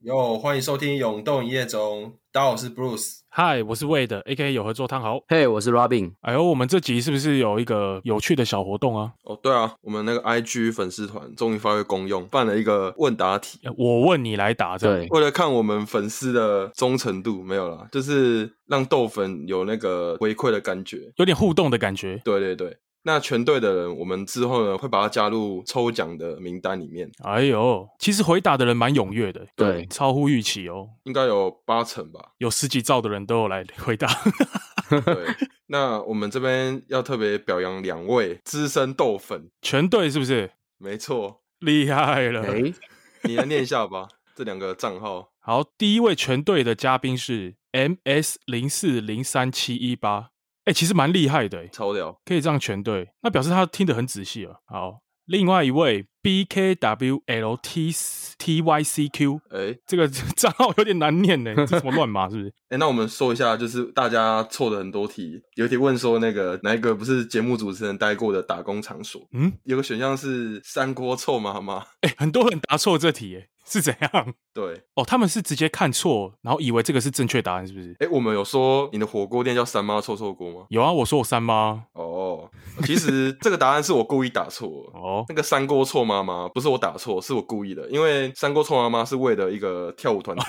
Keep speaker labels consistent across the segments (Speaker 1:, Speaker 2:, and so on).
Speaker 1: 哟，欢迎收听《永动一夜中》，大家好，我是 Bruce。
Speaker 2: 嗨，我是 Wade A K 有合作汤豪。
Speaker 3: 嘿、我是 Robin，
Speaker 2: 哎呦，我们这集是不是有一个有趣的小活动啊？
Speaker 4: 哦，对啊，我们那个 IG 粉丝团终于发挥功用，办了一个问答题，
Speaker 2: 呃我问你来答这样
Speaker 3: 对，
Speaker 4: 为了看我们粉丝的忠诚度，没有啦，就是让豆粉有那个回馈的感觉。
Speaker 2: 有点互动的感觉。
Speaker 4: 对对对，那全队的人，我们之后呢会把它加入抽奖的名单里面，
Speaker 2: 哎呦，其实回答的人蛮踊跃的，
Speaker 3: 对
Speaker 2: 超乎预期哦，。
Speaker 4: 应该有八成吧
Speaker 2: 有十几兆的人都有来回答。
Speaker 4: 对，那我们这边要特别表扬两位资深豆粉，
Speaker 2: 全对是不是？
Speaker 4: 没错，
Speaker 2: 厉害了。
Speaker 3: 哎、
Speaker 4: 你来念一下吧，这两个账号。
Speaker 2: 好，第一位全队的嘉宾是 M S 零四零三七一八，哎，其实蛮厉害的，
Speaker 4: 超屌，
Speaker 2: 可以这样全对，那表示他听得很仔细啊。好，另外一位 B K W L T T Y C Q，
Speaker 4: 哎、
Speaker 2: 这个 账号有点难念呢，这什么乱码是不是？
Speaker 4: 哎、那我们说一下，就是大家错的很多题，有一题问说那个哪一个不是节目主持人待过的打工场所？
Speaker 2: 嗯，
Speaker 4: 有个选项是三锅臭妈妈，
Speaker 2: 哎、很多人答错这题耶，是怎样？
Speaker 4: 对，
Speaker 2: 哦，他们是直接看错，然后以为这个是正确答案，是不是？
Speaker 4: 哎、我们有说你的火锅店叫三妈臭臭锅吗？
Speaker 2: 有啊，我说我三妈
Speaker 4: 哦，其实这个答案是我故意打错的。
Speaker 2: 哦，
Speaker 4: 那个三锅臭妈妈不是我打错，是我故意的，因为三锅臭妈妈是为了一个跳舞团体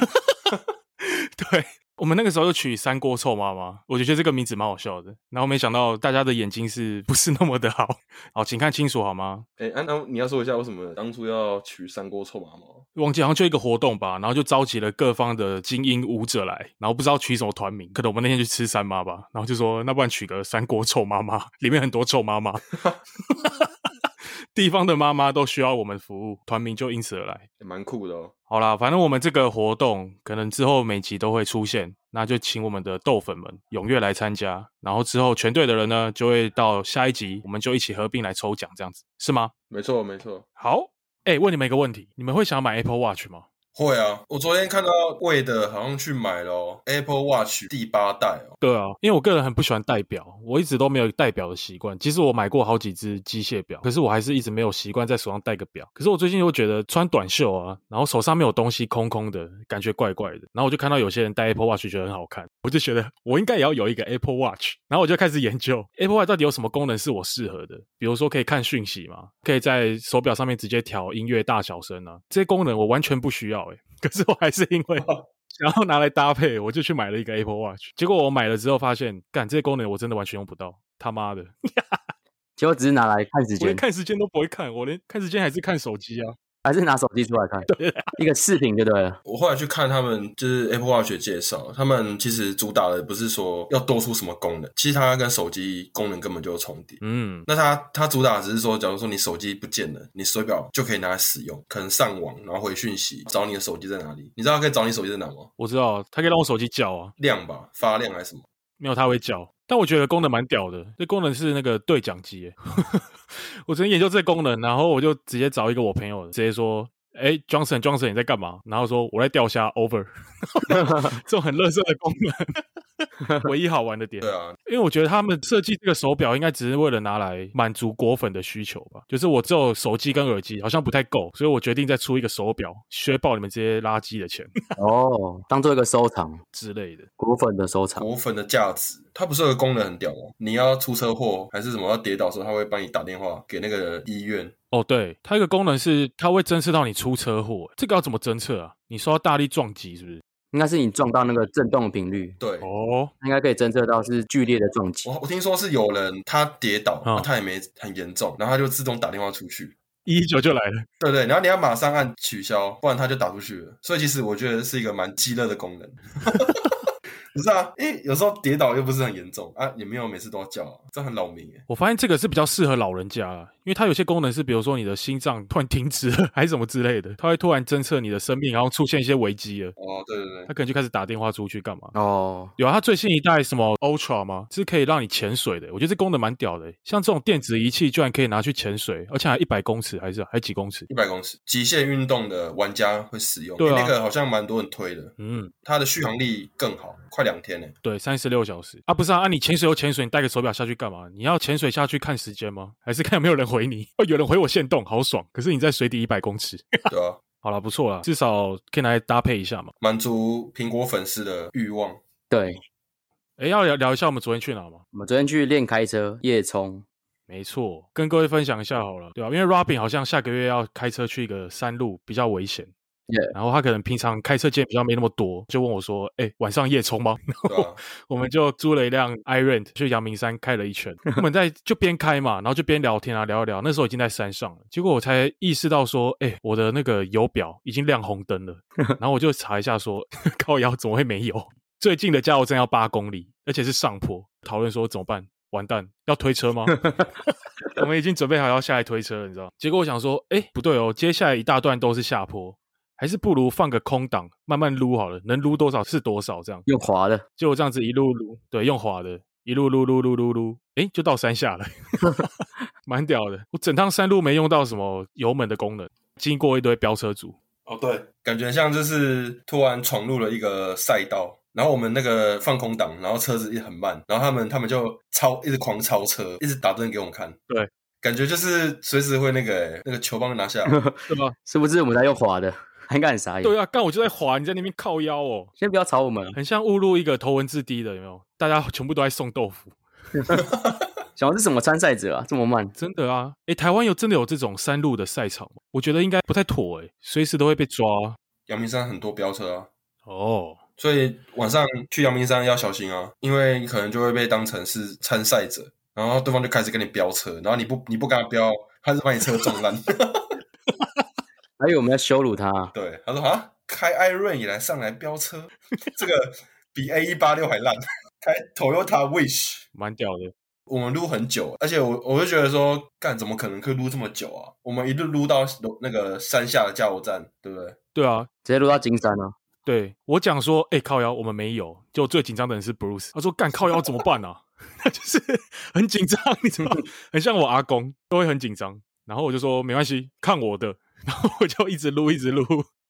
Speaker 2: 对。我们那个时候就取三锅臭妈妈，我就觉得这个名字蛮好笑的。然后没想到大家的眼睛是不是那么的好？好，请看清楚好吗？
Speaker 4: 哎，安、安、你要说一下为什么当初要取三锅臭妈妈？
Speaker 2: 忘记好像就一个活动吧，然后就召集了各方的精英舞者来，然后不知道取什么团名，可能我们那天去吃三妈吧，然后就说那不然取个三锅臭妈妈，里面很多臭妈妈，地方的妈妈都需要我们服务，团名就因此而来。
Speaker 4: 也蛮酷的哦。
Speaker 2: 好啦，反正我们这个活动可能之后每集都会出现，那就请我们的豆粉们踊跃来参加，然后之后全队的人呢就会到下一集，我们就一起合并来抽奖，这样子是吗？
Speaker 4: 没错，没错。
Speaker 2: 好，哎、问你们一个问题，你们会想买 Apple Watch 吗？
Speaker 1: 会啊，我昨天看到魏的好像去买了哦 Apple Watch 第八代哦，
Speaker 2: 对啊，因为我个人很不喜欢戴表，我一直都没有戴表的习惯。其实我买过好几只机械表，可是我还是一直没有习惯在手上戴个表。可是我最近又觉得穿短袖啊，然后手上没有东西，空空的感觉怪怪的。然后我就看到有些人戴 Apple Watch 觉得很好看，我就觉得我应该也要有一个 Apple Watch。然后我就开始研究 Apple Watch 到底有什么功能是我适合的，比如说可以看讯息嘛，可以在手表上面直接调音乐大小声啊，这些功能我完全不需要诶、可是我还是因为想要拿来搭配，我就去买了一个 Apple Watch。结果我买了之后发现，干这些功能我真的完全用不到，他妈的，
Speaker 3: 结果只是拿来看时
Speaker 2: 我连
Speaker 3: 间，
Speaker 2: 看时间都不会看，我连看时间还是看手机啊。
Speaker 3: 还是拿手机出来看，
Speaker 2: 啊
Speaker 3: 一个视频就对 了。
Speaker 1: 我后来去看他们就是 Apple Watch 的介绍，他们其实主打的不是说要多出什么功能，其实它跟手机功能根本就重叠。
Speaker 2: 嗯，
Speaker 1: 那它它主打只是说，假如说你手机不见了，你手表就可以拿来使用，可能上网然后回讯息，找你的手机在哪里。你知道它可以找你手机在哪吗？
Speaker 2: 我知道，它可以让我手机叫啊，
Speaker 1: 亮吧，发亮还是什么？
Speaker 2: 没有它会叫。但我觉得功能蛮屌的，这功能是那个对讲机耶。 我昨天研究这功能，然后我就直接找一个我朋友，直接说：“哎、j o h n s o n Johnson 你在干嘛？”然后说：“我在钓虾，over。” 这种很乐色的功能， 唯一好玩的点
Speaker 1: 对。啊，
Speaker 2: 因为我觉得他们设计这个手表，应该只是为了拿来满足果粉的需求吧。就是我只有手机跟耳机好像不太够，所以我决定再出一个手表，削爆你们这些垃圾的 钱
Speaker 3: 哦，当做一个收藏，
Speaker 2: 之类的。
Speaker 3: 果粉的收藏。
Speaker 2: 哦
Speaker 1: 果粉的价值，它不是有个功能很屌吗？你要出车祸还是什么要跌倒的时候，它会帮你打电话给那个医院。
Speaker 2: 哦，对，它有一个功能是它会侦测到你出车祸，这个要怎么侦测啊？你受到大力撞击是不是？
Speaker 3: 应该是你撞到那个震动频率，
Speaker 1: 对，
Speaker 2: 哦，
Speaker 3: 应该可以侦测到是剧烈的撞击。
Speaker 1: 我我听说是有人他跌倒，
Speaker 2: 嗯
Speaker 1: 那他也没很严重，然后他就自动打电话出去。
Speaker 2: 一一九就来了。
Speaker 1: 对对，然后你要马上按取消，不然他就打出去了。所以其实我觉得是一个蛮鸡肋的功能。 不是啊，因为有时候跌倒又不是很严重啊，也没有每次都要叫、啊，这很扰民哎。
Speaker 2: 我发现这个是比较适合老人家啦，因为它有些功能是，比如说你的心脏突然停止了，还是什么之类的，它会突然侦测你的生命，然后出现一些危机了，
Speaker 1: 哦，对对对，
Speaker 2: 它可能就开始打电话出去干嘛？
Speaker 3: 哦，
Speaker 2: 有啊，它最新一代什么 Ultra 吗？是可以让你潜水的，我觉得这功能蛮屌的。欸像这种电子仪器居然可以拿去潜水，而且还一百公尺，还是还几公尺？
Speaker 1: 一百公尺极限运动的玩家会使用，
Speaker 2: 对啊
Speaker 1: 因为那个好像蛮多人推的，
Speaker 2: 嗯，
Speaker 1: 它的续航力更好，快两天 呢、
Speaker 2: 对，三十六小时啊，不是啊，啊你潜水有潜水，你带个手表下去干嘛？你要潜水下去看时间吗？还是看有没有人回你？哦，有人回我线动，好爽！可是你在水底一百公尺，
Speaker 1: 对啊，
Speaker 2: 好了，不错了，至少可以拿来搭配一下嘛。
Speaker 1: 满足苹果粉丝的欲望。
Speaker 3: 对，
Speaker 2: 哎，要聊聊一下我们昨天去哪吗？
Speaker 3: 我们昨天去练开车，夜冲，
Speaker 2: 没错，跟各位分享一下好了，对吧、啊因为 Robin 好像下个月要开车去一个山路，比较危险。
Speaker 3: Yeah
Speaker 2: 然后他可能平常开车经验比较没那么多，就问我说：“哎、晚上夜冲吗？”
Speaker 1: 对啊，
Speaker 2: 我们就租了一辆 i r e n 去阳明山开了一圈。我们在就边开嘛，然后就边聊天啊，聊一聊。那时候已经在山上了，结果我才意识到说，哎、我的那个油表已经亮红灯了。然后我就查一下说， 靠腰怎么会没油？最近的加油站要八公里，而且是上坡。讨论说怎么办？完蛋，要推车吗？ 我们已经准备好要下来推车了，你知道？结果我想说，哎、不对哦，接下来一大段都是下坡，还是不如放个空档慢慢撸好了，能撸多少是多少这样。
Speaker 3: 用滑的，
Speaker 2: 就这样子一路撸，对，用滑的，一路撸撸撸撸撸，诶，就到山下了，蛮屌的。我整趟山路没用到什么油门的功能，经过一堆飙车族，
Speaker 1: 哦对，感觉像就是突然闯入了一个赛道。然后我们那个放空档，然后车子一直很慢，然后他们他们就超一直狂超车，一直打灯给我们看。
Speaker 2: 对，
Speaker 1: 感觉就是随时会那个、欸、那个球棒拿下来。
Speaker 2: 对吧？
Speaker 3: 是不是我们在用滑的？应该很傻眼。
Speaker 2: 对啊，干我就在滑，你在那边靠腰哦，
Speaker 3: 先不要吵我们，啊
Speaker 2: 很像误入一个头文字 D 的，有没有？大家全部都在送豆腐，
Speaker 3: 想要是什么参赛者啊？这么慢，
Speaker 2: 真的啊！诶，台湾有真的有这种山路的赛场吗？我觉得应该不太妥诶，随时都会被抓
Speaker 1: 阳明山很多飙车啊，
Speaker 2: 哦。
Speaker 1: 所以晚上去阳明山要小心啊，因为你可能就会被当成是参赛者，然后对方就开始跟你飙车，然后你不你不跟他飙，他就把你车撞烂。
Speaker 3: 还以为我们在羞辱他、
Speaker 1: 对，他说啊，开艾润也来上来飙车， 这个比 A 一八六还烂，开 Toyota Wish。
Speaker 2: 蛮屌的，
Speaker 1: 我们撸很久，而且我我就觉得说，干怎么可能可以撸这么久啊？我们一路撸到那个山下的加油站，对不对？
Speaker 2: 对啊，
Speaker 3: 直接录到金山啊！
Speaker 2: 对我讲说，哎、靠腰，我们没有。就最紧张的人是 Bruce，他说干靠腰怎么办啊？ 他就是很紧张，你知道吗，很像我阿公，都会很紧张。然后我就说没关系，看我的。 然后我就一直撸，一直撸。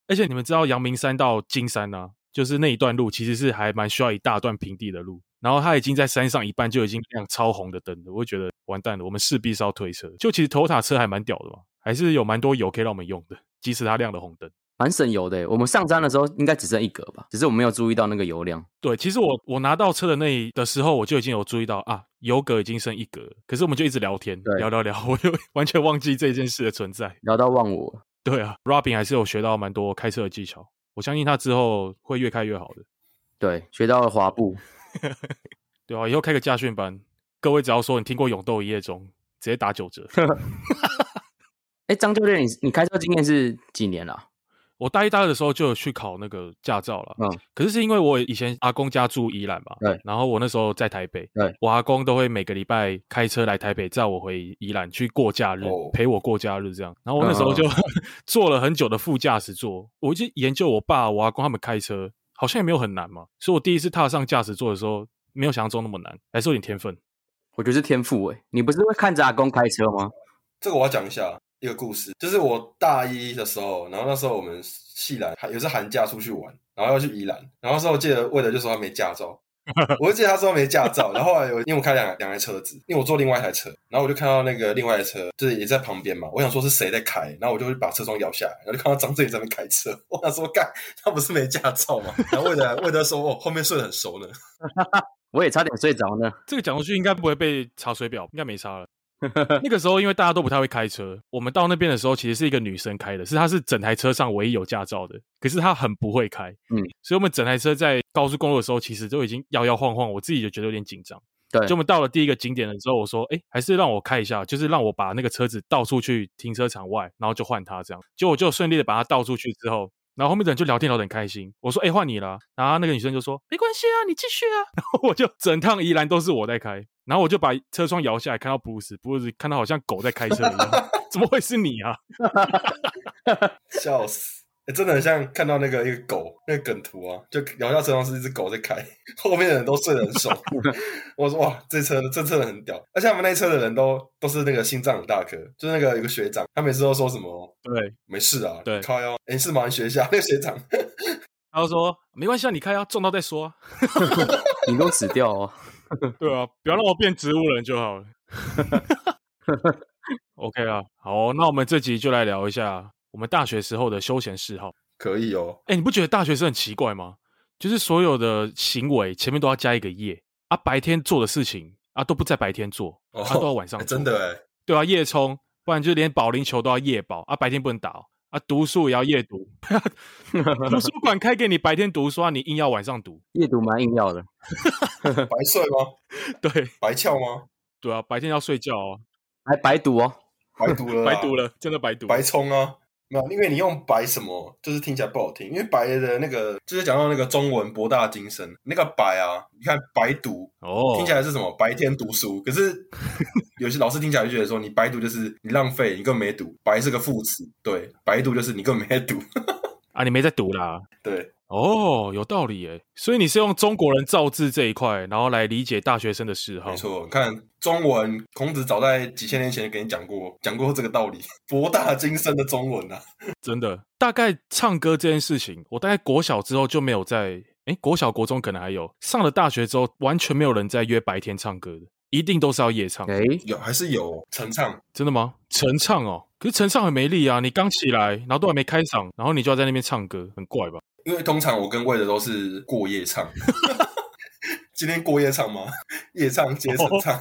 Speaker 2: 而且你们知道阳明山到金山啊，就是那一段路其实是还蛮需要一大段平地的路。然后它已经在山上一半就已经亮超红的灯了，我就觉得完蛋了，我们势必是要推车。就其实头塔车还蛮屌的嘛，还是有蛮多油可以让我们用的，即使它亮了红灯。
Speaker 3: 蛮省油的欸。我们上山的时候应该只剩一格吧，只是我们没有注意到那个油量。
Speaker 2: 对，其实我我拿到车的那一的时候，我就已经有注意到啊，油格已经剩一格了，可是我们就一直聊天，
Speaker 3: 对
Speaker 2: 聊聊聊， 我就完全忘记这件事的存在。
Speaker 3: 聊到忘我，
Speaker 2: 对啊，Robin 还是有学到蛮多开车的技巧，我相信他之后会越开越好的。
Speaker 3: 对，学到了滑步，
Speaker 2: 对啊，以后开个驾训班，各位只要说你听过永斗一夜中，直接打九折。
Speaker 3: 哎，张教练，你你开车经验是几年了？啊
Speaker 2: 我大一、大二的时候就有去考那个驾照了，
Speaker 3: 嗯，
Speaker 2: 可是是因为我以前阿公家住宜兰嘛，
Speaker 3: 对，
Speaker 2: 然后我那时候在台北，
Speaker 3: 对，
Speaker 2: 我阿公都会每个礼拜开车来台北载我回宜兰去过假日，
Speaker 1: 哦
Speaker 2: 陪我过假日这样，然后我那
Speaker 3: 嗯
Speaker 2: 时候就、 坐了很久的副驾驶座，我就研究我爸、我阿公他们开车，好像也没有很难嘛，所以我第一次踏上驾驶座的时候，没有想象中那么难，还是有点天分。
Speaker 3: 我觉得是天赋哎。你不是会看着阿公开车吗？
Speaker 1: 这个我要讲一下一个故事，就是我大一的时候，然后那时候我们系来有一次寒假出去玩，然后要去宜兰，然后那时候我记得为了就说他没驾照，我就记得他说没驾照，然后后来我因为我开两两台车子，因为我坐另外一台车，然后我就看到那个另外一台车就是也在旁边嘛，我想说是谁在开，然后我就把车窗摇下来，然后就看到张志宇在那边开车， 我想说干他不是没驾照吗？然后为了为了说哦后面睡得很熟呢，
Speaker 3: 我也差点睡着呢。
Speaker 2: 这个讲出去应该不会被查水表，应该没差了。那个时候因为大家都不太会开车，我们到那边的时候其实是一个女生开的，是她是整台车上唯一有驾照的，可是她很不会开，
Speaker 3: 嗯，
Speaker 2: 所以我们整台车在高速公路的时候其实都已经摇摇晃晃，我自己就觉得有点紧张。
Speaker 3: 对
Speaker 2: 就我们到了第一个景点了之后，我说，哎，还是让我开一下，就是让我把那个车子倒出去停车场外，然后就换它这样。结果我就顺利的把它倒出去之后，然后后面的人就聊天聊得很开心。我说，哎，换你了。然后那个女生就说，没关系啊，你继续啊。然后我就整趟宜兰都是我在开，然后我就把车窗摇下来，看到 Bruce，Bruce 看到好像狗在开车一样，怎么会是你啊？
Speaker 1: 笑死。欸真的很像看到那个一个狗那个梗图啊，就摇下车窗是一只狗在开， 后面的人都睡得很 爽。我说哇，这车这车很屌，而且他们那一车的人都都是那个心脏很大颗，就是那个有个学长，他每次都说什么
Speaker 2: 对。
Speaker 1: 没事啊，
Speaker 2: 对
Speaker 1: 靠腰，没事嘛，你学一下那个学长。
Speaker 2: 他就说没关系啊，你开啊，中到再说啊。
Speaker 3: 你都死掉哦。
Speaker 2: 对啊，不要让我变植物人就好了。OK 啊，好哦、那我们这集就来聊一下我们大学时候的休闲嗜好。
Speaker 1: 可以哦，
Speaker 2: 哎，你不觉得大学生很奇怪吗？就是所有的行为前面都要加一个夜啊，白天做的事情啊都不在白天做，
Speaker 1: 哦
Speaker 2: 啊都要晚上
Speaker 1: 哎
Speaker 2: 做、
Speaker 1: 真的哎，
Speaker 2: 对啊，夜冲，不然就连保龄球都要夜保啊，白天不能打哦、啊，读书也要夜读， 图书馆开给你白天读书啊，你硬要晚上读，
Speaker 3: 夜读蛮硬要的，
Speaker 1: 白睡吗？
Speaker 2: 对
Speaker 1: 白翘吗？
Speaker 2: 对啊，白天要睡觉哦，
Speaker 3: 还白读哦。
Speaker 1: 白读了，
Speaker 2: 白读，了，真的白读，
Speaker 1: 白冲啊！没有，因为你用白什么，就是听起来不好听，因为白的那个就是讲到那个中文博大精深，那个白啊，你看白读
Speaker 2: 哦，
Speaker 1: 听起来是什么？白天读书，可 是有些老师听起来就觉得说，你白读就是你浪费，你更没读。白是个副词，对，白读就是你更没读。
Speaker 2: 啊，你没在读啦，
Speaker 1: 对，
Speaker 2: 哦，有道理耶，所以你是用中国人造字这一块，然后来理解大学生的嗜好
Speaker 1: 没，错。你看中文，孔子早在几千年前就给你讲过，讲过这个道理，博大精深的中文啊。
Speaker 2: 真的。大概唱歌这件事情，我大概国小之后就没有在，诶，国小国中可能还有，上了大学之后，完全没有人在约白天唱歌的，一定都是要夜唱。
Speaker 3: 哎、
Speaker 1: 有还是有陈唱，
Speaker 2: 真的吗？晨唱哦，可是晨唱很没力啊！你刚起来，然后都还没开嗓，然后你就要在那边唱歌，很怪吧？
Speaker 1: 因为通常我跟魏的都是过夜唱。今天过夜唱吗？夜唱接晨唱，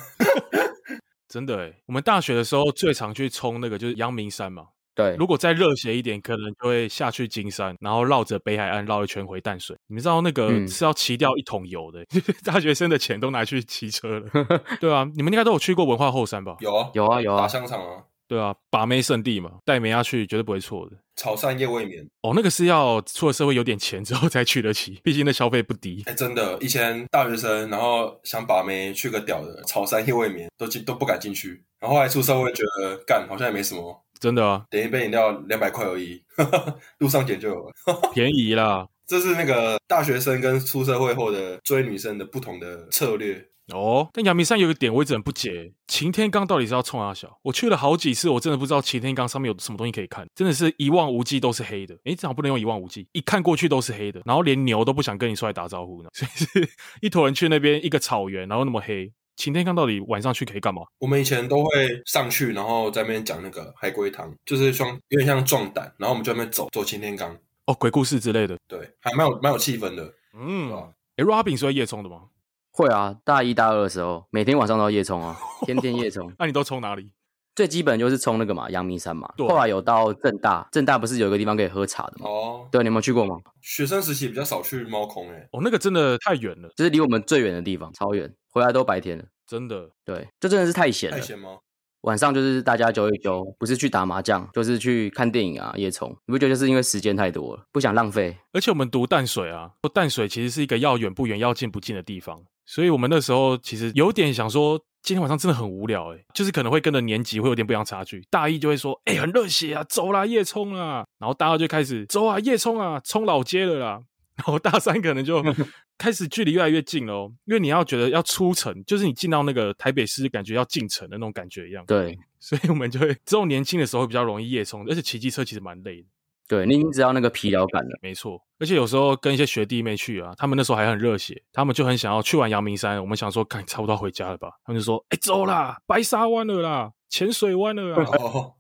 Speaker 2: 真的诶，我们大学的时候最常去冲那个就是阳明山嘛。
Speaker 3: 对
Speaker 2: 如，果再热血一点，可能就会下去金山，然后绕着北海岸绕一圈回淡水。你们知道那个
Speaker 3: 嗯
Speaker 2: 是要骑掉一桶油的， 大学生的钱都拿去骑车了。 对啊，你们应该都有去过文化后山吧？
Speaker 1: 有啊
Speaker 3: 有啊有
Speaker 1: 打
Speaker 3: 啊，
Speaker 1: 香肠啊，
Speaker 2: 对啊，把妹圣地嘛，带梅亚去绝对不会错的。
Speaker 1: 潮汕夜未眠。
Speaker 2: 哦，那个是要出了社会有点钱之后才去得起，毕竟那消费不低。
Speaker 1: 哎、真的，以前大学生，然后想把妹去个屌的，草山夜未眠都进都不敢进去，然后后来出社会觉得干好像也没什么，
Speaker 2: 真的啊，
Speaker 1: 点一杯饮料两百块而已， 路上捡就有了。
Speaker 2: 便宜啦。
Speaker 1: 这是那个大学生跟出社会后的追女生的不同的策略。
Speaker 2: 哦，但阳明山有个点我一直很不解，擎天岗到底是要冲哪小？我去了好几次，我真的不知道擎天岗上面有什么东西可以看，真的是一望无际都是黑的。诶，正好不能用一望无际，一看过去都是黑的，然后连牛都不想跟你出来打招呼呢， 所以是一坨人去那边一个草原，然后那么黑。擎天岗到底晚上去可以干嘛？
Speaker 1: 我们以前都会上去，然后在那边讲那个海龟汤，就是像有点像壮胆，然后我们就在那边走走擎天岗，
Speaker 2: 哦，鬼故事之类的。
Speaker 1: 对，还蛮有蛮有气氛的。
Speaker 2: 嗯
Speaker 1: 对啊，
Speaker 2: 诶 r o b i n 是会夜冲的吗？
Speaker 3: 会啊，大一大二的时候，每天晚上都要夜冲啊，天天夜冲。
Speaker 2: 那、你都冲哪里？
Speaker 3: 最基本就是冲那个嘛，阳明山嘛。
Speaker 2: 对
Speaker 3: 后来有到正大，正大不是有一个地方可以喝茶的吗？
Speaker 1: 哦，
Speaker 3: 对，你有没有去过吗？
Speaker 1: 学生时期比较少去猫空、欸，
Speaker 2: 哦，那个真的太远了，
Speaker 3: 就是离我们最远的地方，超远，回来都白天了。
Speaker 2: 真的。
Speaker 3: 对，就真的是太闲了
Speaker 1: 太。闲 吗？
Speaker 3: 晚上就是大家揪一揪，不是去打麻将，就是去看电影啊，夜冲。你不觉得就是因为时间太多了，不想浪费？
Speaker 2: 而且我们读淡水啊，淡水其实是一个要远不远、要近不近的地方，所以我们那时候其实有点想说，今天晚上真的很无聊诶、欸就是可能会跟着年级会有点不一样差距。大一就会说，哎、很热血啊，走啦，夜冲啊，然后大二就开始走啊，夜冲啊，冲老街了啦。然后大三可能就开始距离越来越近喽，因为你要觉得要出城，就是你进到那个台北市，感觉要进城的那种感觉一样。
Speaker 3: 对，
Speaker 2: 所以我们就会只有年轻的时候会比较容易夜冲，而且骑机车其实蛮累的。
Speaker 3: 对你已经知道那个疲劳感了。
Speaker 2: 没错，而且有时候跟一些学弟妹去啊，他们那时候还很热血，他们就很想要去完阳明山。我们想说，看差不多要回家了吧？他们就说：“哎、走啦，白沙湾了啦，浅水湾了啦。
Speaker 1: 哦，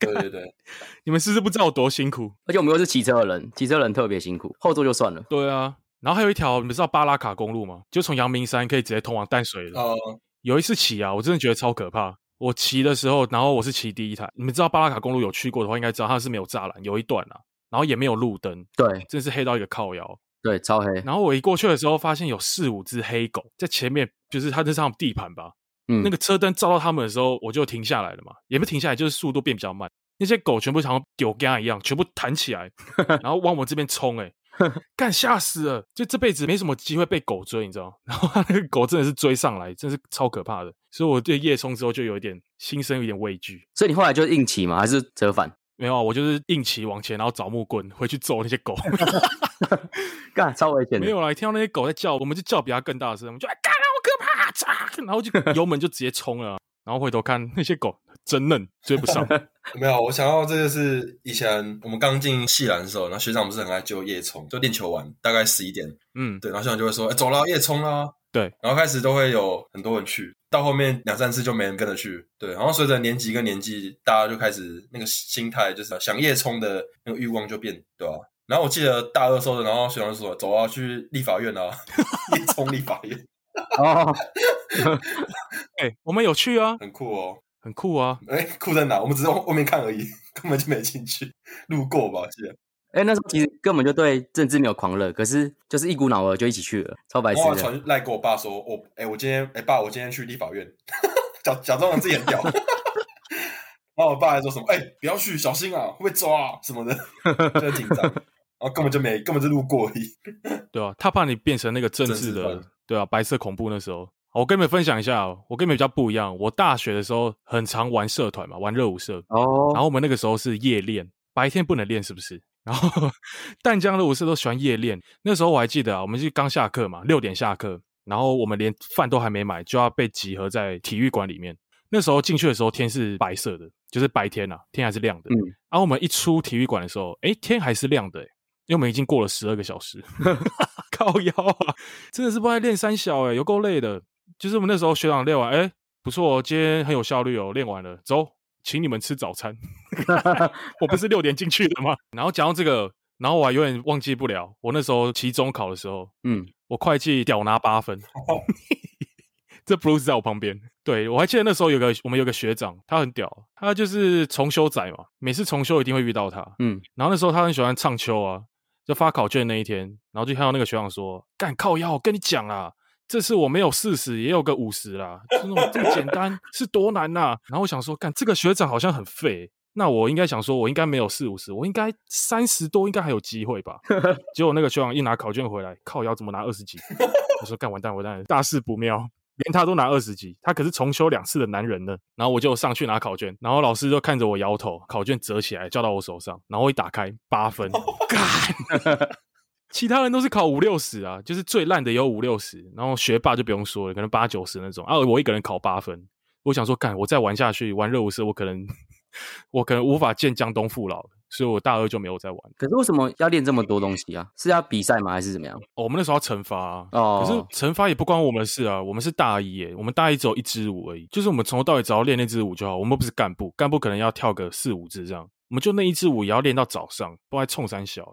Speaker 1: 对对 对，”
Speaker 2: 你们是不是不知道我多辛苦？
Speaker 3: 而且我们又是骑车的人，骑车的人特别辛苦，后座就算了。
Speaker 2: 对啊，然后还有一条，你们知道巴拉卡公路吗？就从阳明山可以直接通往淡水了。
Speaker 1: 呃，
Speaker 2: 有一次骑啊，我真的觉得超可怕。我骑的时候，然后我是骑第一台，你们知道巴拉卡公路有去过的话，应该知道它是没有栅栏，有一段啊，然后也没有路灯，
Speaker 3: 对
Speaker 2: 真是黑到一个靠腰。
Speaker 3: 对，超黑。
Speaker 2: 然后我一过去的时候，发现有四五只黑狗在前面，就是它这上地盘吧。
Speaker 3: 嗯，
Speaker 2: 那个车灯照到它们的时候，我就停下来了嘛，也不停下来，就是速度变比较慢。那些狗全部像丢竿一样，全部弹起来，然后往我这边冲、欸，干吓死了！就这辈子没什么机会被狗追，你知道吗？ 然后它那个狗真的是追上来，真是超可怕的。所以我对夜冲之后就有一点心生有一点畏惧。
Speaker 3: 所以你后来就是硬骑嘛，还是折返？
Speaker 2: 没有啊，我就是硬骑往前，然后找木棍回去揍那些狗。
Speaker 3: 干，超危险的。
Speaker 2: 没有啦，听到那些狗在叫，我们就叫比它更大啊声，我们就哎干、啊，好可怕、啊！嚓然后就油门就直接冲了啊、然后回头看那些狗真嫩，追 不上。
Speaker 1: 没有，我想到这就是以前我们刚进系篮的时候，然后学长不是很爱揪夜冲，就练球完大概十一点，
Speaker 2: 嗯，
Speaker 1: 对，然后学长就会说，哎、走啦，夜冲啦，
Speaker 2: 对，
Speaker 1: 然后开始都会有很多人去，到后面两三次就没人跟着去，对，然后随着年级跟年纪，大家就开始那个心态就是想夜冲的那个欲望就变，对吧、然后我记得大二的时候，然后学长就说，走啊，去立法院啊， 夜冲立法院，
Speaker 3: 哦，
Speaker 2: 哎、我们有去啊，
Speaker 1: 很酷哦，
Speaker 2: 很酷啊。
Speaker 1: 哎，酷在哪？我们只是往外面看而已， 根本就没进去，路过吧，我记得。
Speaker 3: 哎、那时候其实根本就对政治没有狂热，可是就是一股脑儿就一起去了，超白痴
Speaker 1: 然后我还
Speaker 3: 的。
Speaker 1: 传赖给我爸说，我、哎、我今天哎、爸，我今天去立法院，假假装自己很屌。 然后我爸还说什么，哎、不要去，小心啊，会被抓啊什么的，就很紧张。然后根本就没，根本就路过而已。
Speaker 2: 对啊，他怕你变成那个政治
Speaker 1: 政治
Speaker 2: 的
Speaker 1: 犯，
Speaker 2: 对啊，白色恐怖那时候。好我跟你们分享一下哦，我跟你们比较不一样。我大学的时候很常玩社团嘛，玩热舞社，然
Speaker 3: 哦，
Speaker 2: 后我们那个时候是夜练，白天不能练，是不是？然后淡江的舞社都喜欢夜练，那时候我还记得啊，我们是刚下课嘛，六点下课，然后我们连饭都还没买，就要被集合在体育馆里面。那时候进去的时候天是白色的，就是白天啊，天还是亮的。
Speaker 3: 嗯
Speaker 2: 然后我们一出体育馆的时候，诶，天还是亮的、诶因为我们已经过了十二个小 时，靠腰啊，真的是不爱练三小欸诶，有够累的。就是我们那时候学长练完，诶，不错哦，今天很有效率哦，练完了，走，请你们吃早餐。 我不是六点进去的吗？然后讲到这个，然后我还有点忘记不了，我那时候期中考的时候，
Speaker 3: 嗯，
Speaker 2: 我会计屌拿八分。 这 Bruce 在我旁边，对我还记得那时候有个我们有个学长，他很屌，他就是重修仔嘛，每次重修一定会遇到他。
Speaker 3: 嗯，
Speaker 2: 然后那时候他很喜欢唱秋啊，就发考卷那一天，然后就看到那个学长说：“干靠腰，我跟你讲啦，这次我没有四十，也有个五十啦，就那种这么简单是多难呐、然后我想说，干这个学长好像很废，那我应该想说，我应该没有四五十，我应该三十多，应该还有机会吧。结果那个学长一拿考卷回来，靠腰怎么拿二十几？ 我说干完蛋完蛋，大事不妙。连他都拿二十几，他可是重修两次的男人呢。然后我就上去拿考卷，然后老师就看着我摇头，考卷折起来交到我手上，然后一打开八分，干。 其他人都是考五六十啊，就是最烂的也有五六十，然后学霸就不用说了，可能八九十那种啊。我一个人考八分，我想说，干，我再玩下去玩热舞社，我可能 我可能无法见江东父老了，所以我大二就没有再玩。
Speaker 3: 可是为什么要练这么多东西啊？是要比赛吗？还是怎么样？
Speaker 2: 哦我们那时候要惩罚、啊，
Speaker 3: 哦，
Speaker 2: 可是惩罚也不关我们的事啊，我们是大一耶，我们大一只有一支舞而已，就是我们从头到尾只要练那支舞就好，我们又不是干部，干部可能要跳个四五支这样，我们就那一支舞也要练到早上，不然冲三小耶、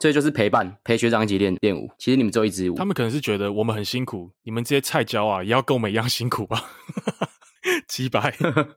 Speaker 3: 所以就是陪伴，陪学长一起练练舞。其实你们只有一支舞，
Speaker 2: 他们可能是觉得我们很辛苦，你们这些菜椒啊也要跟我们一样辛苦吧， 几百，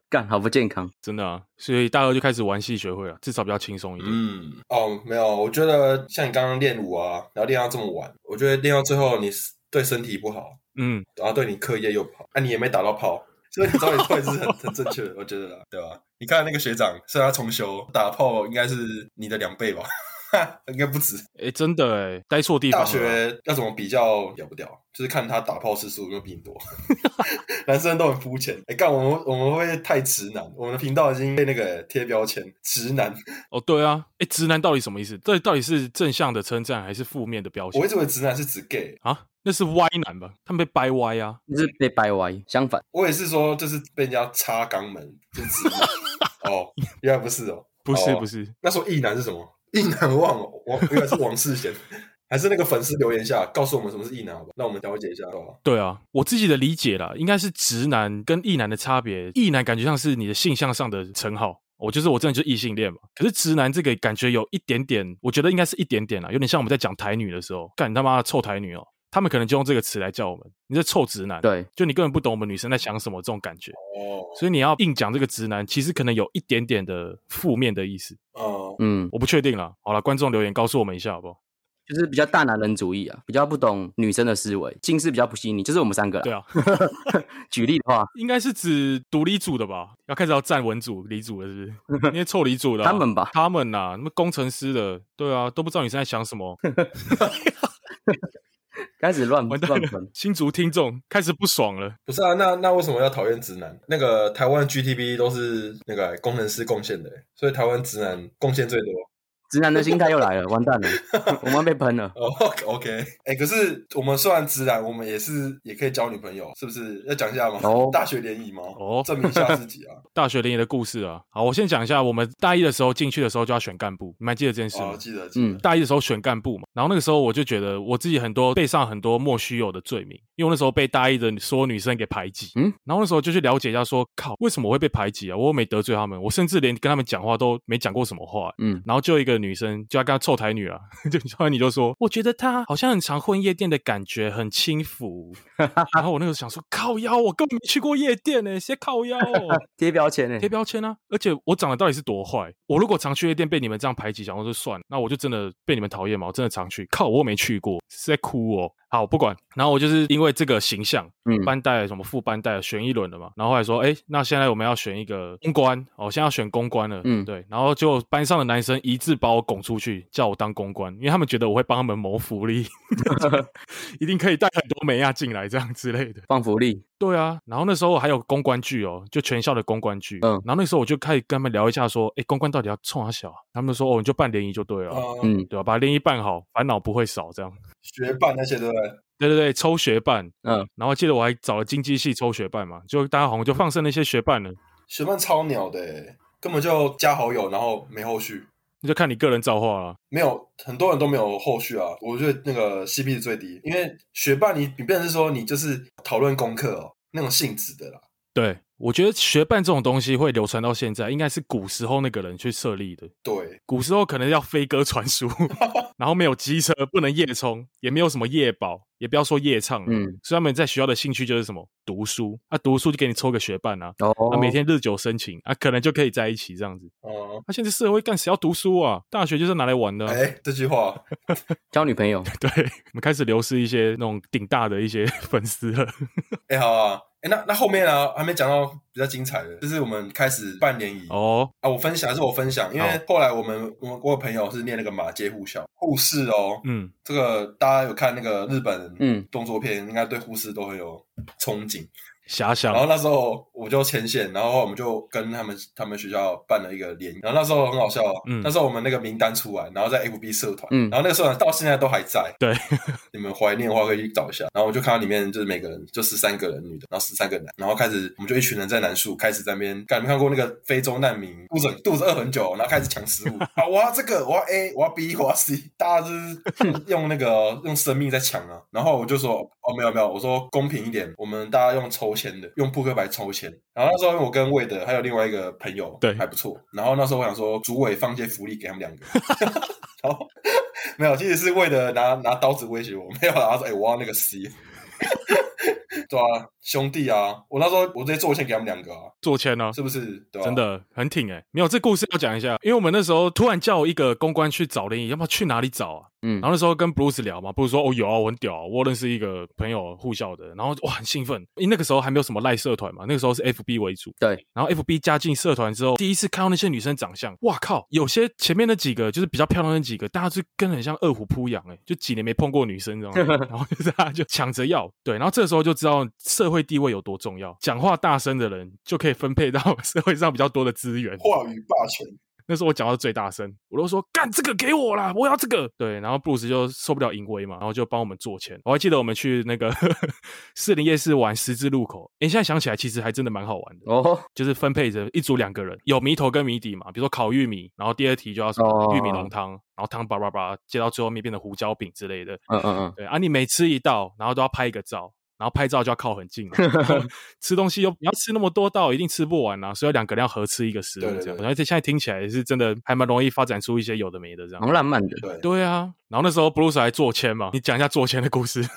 Speaker 3: 干好不健康。
Speaker 2: 真的啊，所以大二就开始玩戏学会了，至少比较轻松一点。
Speaker 4: 嗯，
Speaker 1: 哦，没有，我觉得像你刚刚练舞啊，然后练到这么晚，我觉得练到最后你对身体不好，
Speaker 2: 嗯
Speaker 1: 然后对你课业又不好，啊那、你也没打到炮，所以你早点退是很很正确的，我觉得啦，对吧？你看那个学长，虽然他重修打炮，应该是你的两倍吧， 应该不止。
Speaker 2: 哎、真的哎、待错地方
Speaker 1: 大
Speaker 2: 了。
Speaker 1: 学要怎么比较屌不屌？就是看他打炮次数有没有比你多。 男生都很肤浅，哎、干我们我们会不会太直男？我们的频道已经被那个贴标签直男。
Speaker 2: 哦，对啊，哎、直男到底什么意思？这到底是正向的称赞还是负面的标签
Speaker 1: 我一直以为直男是指 gay，
Speaker 2: 啊？那是歪男吧？他们被掰歪啊！
Speaker 3: 就是被掰歪，相反，
Speaker 1: 我也是说就是被人家插肛门，就是直男。 哦，原来不是哦，
Speaker 2: 不是
Speaker 1: 哦
Speaker 2: 不是，
Speaker 1: 那时候意男是什么？意难忘哦，我原来是王世贤，还是那个粉丝留言下告诉我们什么是意男好吧？那我们了解一下好吧？
Speaker 2: 对啊，我自己的理解啦，应该是直男跟异男的差别。异男感觉像是你的性向上的称号，我就是我真的就是异性恋嘛。可是直男这个感觉有一点点，我觉得应该是一点点啦，有点像我们在讲台女的时候，干你他妈的臭台女哦，他们可能就用这个词来叫我们，你这臭直男，
Speaker 3: 对，
Speaker 2: 就你根本不懂我们女生在想什么这种感觉。
Speaker 1: 哦，
Speaker 2: 所以你要硬讲这个直男，其实可能有一点点的负面的意思，
Speaker 1: 哦、
Speaker 3: 嗯，
Speaker 2: 我不确定啦。好了，观众留言告诉我们一下好不好？
Speaker 3: 就是比较大男人主义啊，比较不懂女生的思维，近视比较不细腻，就是我们三个啦。
Speaker 2: 对啊，
Speaker 3: 举例的话，
Speaker 2: 应该是指独立组的吧？要开始要站文组、理组了，是不是？那些臭理组的啊、
Speaker 3: 他们吧
Speaker 2: 他们呐、啊，那么工程师的，对啊，都不知道你现在想什么，
Speaker 3: 开始乱
Speaker 2: 完蛋
Speaker 3: 乱
Speaker 2: 了
Speaker 3: 喷。。
Speaker 2: 新竹听众开始不爽了，
Speaker 1: 不是啊，那那为什么要讨厌直男？那个欸台湾 GTB 都是那个工程师贡献的，所以台湾直男贡献最多。
Speaker 3: 直男的心态又来了，完蛋了，我们要被喷了。
Speaker 1: 哦，OK，哎、可是我们虽然直男，我们也是也可以交女朋友，是不是？要讲一下吗？
Speaker 3: 哦
Speaker 1: 大学联谊吗？
Speaker 2: 哦
Speaker 1: 证明一下自己啊！
Speaker 2: 大学联谊的故事啊。好，我先讲一下，我们大一的时候进去的时候就要选干部，你们还记得这件事吗？
Speaker 1: 哦，记得记得，
Speaker 3: 嗯
Speaker 2: 大一的时候选干部嘛，然后那个时候我就觉得我自己很多背上很多莫须有的罪名，因为我那时候被大一的所有女生给排挤，
Speaker 3: 嗯，
Speaker 2: 然后那时候就去了解一下说，靠，为什么我会被排挤啊？我又没得罪他们，我甚至连跟他们讲话都没讲过什么话、
Speaker 3: 嗯，
Speaker 2: 然后就有一个女生，就要跟她臭台女啊， 就后来你就说，我觉得她好像很常混夜店的感觉，很轻浮。然后我那个时候想说，靠腰，我根本没去过夜店呢、谁靠腰、哦？
Speaker 3: 贴标签呢
Speaker 2: 贴？标签啊！而且我长得到底是多坏？我如果常去夜店被你们这样排挤，想说就算，那我就真的被你们讨厌嘛？我真的常去，靠，我又没去过，是在哭哦。好，不管，然后我就是因为这个形象，
Speaker 3: 嗯
Speaker 2: 班带什么副班带选一轮了嘛，然后后来说，哎，那现在我们要选一个公关，哦，现在要选公关了，
Speaker 3: 嗯
Speaker 2: 对，然后就班上的男生一致把我拱出去，叫我当公关，因为他们觉得我会帮他们谋福 利，一定可以带很多美亚进来这样之类的。
Speaker 3: 放福利，
Speaker 2: 对啊，然后那时候还有公关剧哦，就全校的公关剧。
Speaker 3: 嗯
Speaker 2: 然后那时候我就开始跟他们聊一下，说，哎，公关到底要冲啥小啊？他们就说，哦，你就办联谊就对了，
Speaker 1: 哦
Speaker 3: 嗯
Speaker 2: 对吧、啊把联谊办好，烦恼不会少。这样，
Speaker 1: 学伴那些对不对？
Speaker 2: 对对对，抽学伴。
Speaker 3: 嗯，
Speaker 2: 然后记得我还找了经济系抽学伴嘛，就大家好像就放生那些学伴了，
Speaker 1: 学伴超鸟的欸，根本就加好友，然后没后续，
Speaker 2: 那就看你个人造化了。
Speaker 1: 没有很多人都没有后续啊。我觉得那个 CP 值最低，因为学伴你你变成是说你就是讨论功课哦那种性质的啦。
Speaker 2: 对，我觉得学伴这种东西会流传到现在，应该是古时候那个人去设立的。
Speaker 1: 对，
Speaker 2: 古时候可能要飞鸽传 书，然后没有机车，不能夜冲，也没有什么夜保，也不要说夜唱了。
Speaker 3: 嗯，
Speaker 2: 所以他们在学校的兴趣就是什么读书啊，读书就给你抽个学伴啊，
Speaker 3: 哦
Speaker 2: 啊，每天日久生情啊，可能就可以在一起这样子。
Speaker 1: 嗯，
Speaker 2: 啊，现在社会干谁要读书啊？大学就是拿来玩的啊、
Speaker 1: 哎，这句话
Speaker 3: 交女朋友，
Speaker 2: 对，我们开始流失一些那种顶大的一些 粉丝了。
Speaker 1: 哎、好啊，哎、那那后面啊，还没讲到比较精彩的，就是我们开始办联谊、
Speaker 2: 哦，
Speaker 1: 啊。我分享还是我分享，因
Speaker 2: 好
Speaker 1: 为后来我们我我有朋友是念那个马街护校护士哦，
Speaker 2: 嗯，
Speaker 1: 这个大家有看那个日本
Speaker 3: 嗯，
Speaker 1: 动作片，应该对护士都很有憧憬。
Speaker 2: 遐想
Speaker 1: 然后那时候我就牵线，然后我们就跟他们他们学校办了一个联谊，然后那时候很好笑哦，
Speaker 2: 嗯
Speaker 1: 那时候我们那个名单出来，然后在 FB 社团，
Speaker 3: 嗯
Speaker 1: 然后那个社团到现在都还在，
Speaker 2: 对，
Speaker 1: 你们怀念的话可以去找一下。然后我就看到里面就是每个人就十三个人女的，然后十三个男，然后开始我们就一群人在南树开始在那边，看没看过那个非洲难民肚子肚子饿很久，然后开始抢食物啊，我要这个，我要 A，我要 B，我要 C，大家就是用那个用生命在抢啊。然后我就说哦没有没有，我说公平一点，我们大家用抽签的，用扑克牌抽签。然后那时候我跟魏德还有另外一个朋友，
Speaker 2: 对
Speaker 1: 还不错。然后那时候我想说，主委放一些福利给他们两个，然后 没有，其实是为了拿拿刀子威胁我，没有啦，他说：“哎、我要那个 C。” 对啊，兄弟啊，我那时候我直接做钱给他们两个啊，
Speaker 2: 做签呢、啊。
Speaker 1: 是不是？对吧、
Speaker 2: 真，的很挺哎、没有这故事要讲一下，因为我们那时候突然叫一个公关去找联谊，要不要去哪里找啊？
Speaker 3: 嗯
Speaker 2: 然，后那时候跟 Bruce 聊嘛，Bruce 说哦有啊，我很屌啊、我认识一个朋友互校的，然后哇很兴奋，因为那个时候还没有什么赖社团嘛，那个时候是 FB 为主，
Speaker 3: 对，
Speaker 2: 然后 FB 加进社团之后，第一次看到那些女生长相，哇靠，有些前面那几个就是比较漂亮的那几个，大家就跟得很像饿虎扑羊哎、就几年没碰过女生，你知道吗？然后就是大家就抢着要，对，然后这时候就知道社会地位有多重要，讲话大声的人就可以分配到 社会上比较多的资源，
Speaker 1: 话语霸权，
Speaker 2: 那时候我讲到最大声，我都说干这个给我啦，我要这个。对，然后布鲁斯就受不了淫威嘛，然后就帮我们做钱。我还记得我们去那个 士林夜市玩十字路口，诶，现在想起来其实还真的蛮好玩的。
Speaker 3: 哦，
Speaker 2: 就是分配着一组两个人，有谜头跟谜底嘛，比如说烤玉米，然后第二题就要什
Speaker 3: 哦
Speaker 2: 么玉米浓汤，然后汤叭叭叭，接到最后面变成胡椒饼之类的。
Speaker 3: 嗯嗯嗯，
Speaker 2: 对啊，你每吃一道，然后都要拍一个照，然后拍照就要靠很近 嘛， 然后吃东西又你要吃那么多道，一定吃不完啊，所以两个人要合吃一个食物
Speaker 1: 对对
Speaker 2: 这样。
Speaker 1: 对
Speaker 2: 然后这现在听起来是真的还蛮容易发展出一些有的没的这
Speaker 3: 蛮
Speaker 2: 样。
Speaker 3: 浪漫的，
Speaker 1: 对，
Speaker 2: 对啊，然后那时候 Bruce 还做签嘛，你讲一下做签的故事。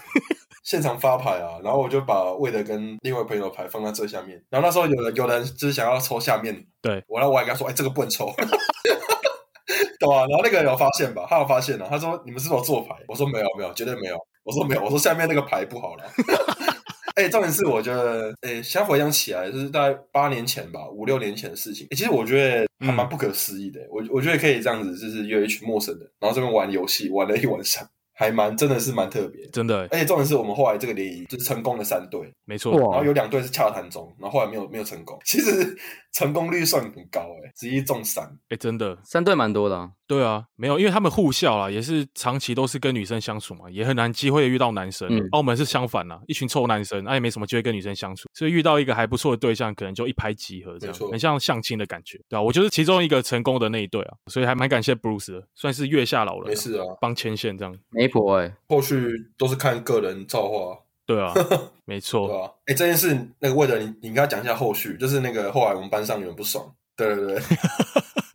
Speaker 1: 现场发牌啊，然后我就把魏德跟另外朋友的牌放在最下面，然后那时候有人有人就是想要抽下面，
Speaker 2: 对
Speaker 1: 我，然后我还跟他说：“哎、这个不能抽。” 对啊，然后那个人有发现吧？他有发现了、啊他说：“你们是不是有做牌？”我说：“没有，没有，绝对没有。”我说：“没有。”我说：“下面那个牌不好了。” 哎、重点是我觉得，哎、现在回想起来，就是大概八年前吧，五六年前的事情。哎其实我觉得还蛮不可思议的。欸我我觉得可以这样子，就是约一群陌生人，然后这边玩游戏，玩了一晚上，还蛮真的是蛮特别。
Speaker 2: 真的欸，
Speaker 1: 而且重点是我们后来这个联谊就是成功了三队，
Speaker 2: 没错，
Speaker 1: 然
Speaker 3: 哇
Speaker 1: 后，有两队是洽谈中，然后后来没有没有 成功。其实成功率算很高哎、欸，十一中三。
Speaker 2: 哎，真的，
Speaker 3: 三对蛮多的啊，
Speaker 2: 对啊，没有，因为他们护校啦，也是长期都是跟女生相处嘛，也很难机会遇到男生。
Speaker 3: 嗯
Speaker 2: 澳门是相反啦，一群臭男生，那、啊也没什么机会跟女生相处，所以遇到一个还不错的对象，可能就一拍即合，这样
Speaker 1: 没错
Speaker 2: 很像相亲的感觉，对啊，我就是其中一个成功的那一对啊，所以还蛮感谢 Bruce 的，算是月下老人、
Speaker 1: 没事啊，
Speaker 2: 帮牵线这样。
Speaker 3: 媒婆哎、
Speaker 1: 后续都是看个人造化，
Speaker 2: 对啊，没
Speaker 1: 对
Speaker 2: 错，
Speaker 1: 吧、哎、这件事那个为了你，你应该讲一下后续，就是那个后来我们班上有人不爽，对对对，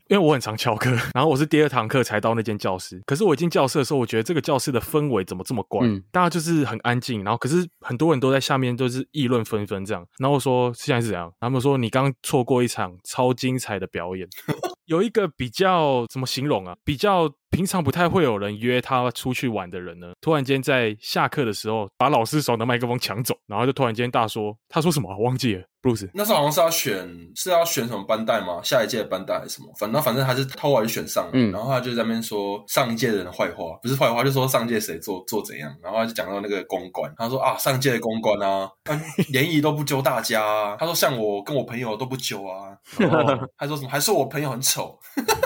Speaker 2: 因为我很常翘课， 然后我是第二堂课才到那间教室。可是我一进教室的时候，我觉得这个教室的氛围怎么这么怪？
Speaker 3: 嗯
Speaker 2: 大家就是很安静，然后可是很多人都在下面都是议论纷纷这样。然后我说现在是怎样？他们说你刚错过一场超精彩的表演，有一个比较怎么形容啊？比较平常不太会有人约他出去玩的人呢，突然间在下课的时候把老师手的麦克风抢走，然后就突然间大说，他说什么啊、忘记了，Bruce。
Speaker 1: 那时候好像是要选是要选什么班代吗？下一届的班代还是什么？反正反正还是他后来就选上了，
Speaker 3: 嗯
Speaker 1: 然后他就在那边说上一届的人坏话，不是坏话，就说上届谁做做怎样，然后他就讲到那个公关，他说啊上届的公关啊，啊联谊都不揪大家、啊，他说像我跟我朋友都不揪啊，然后他说什么还说我朋友很丑。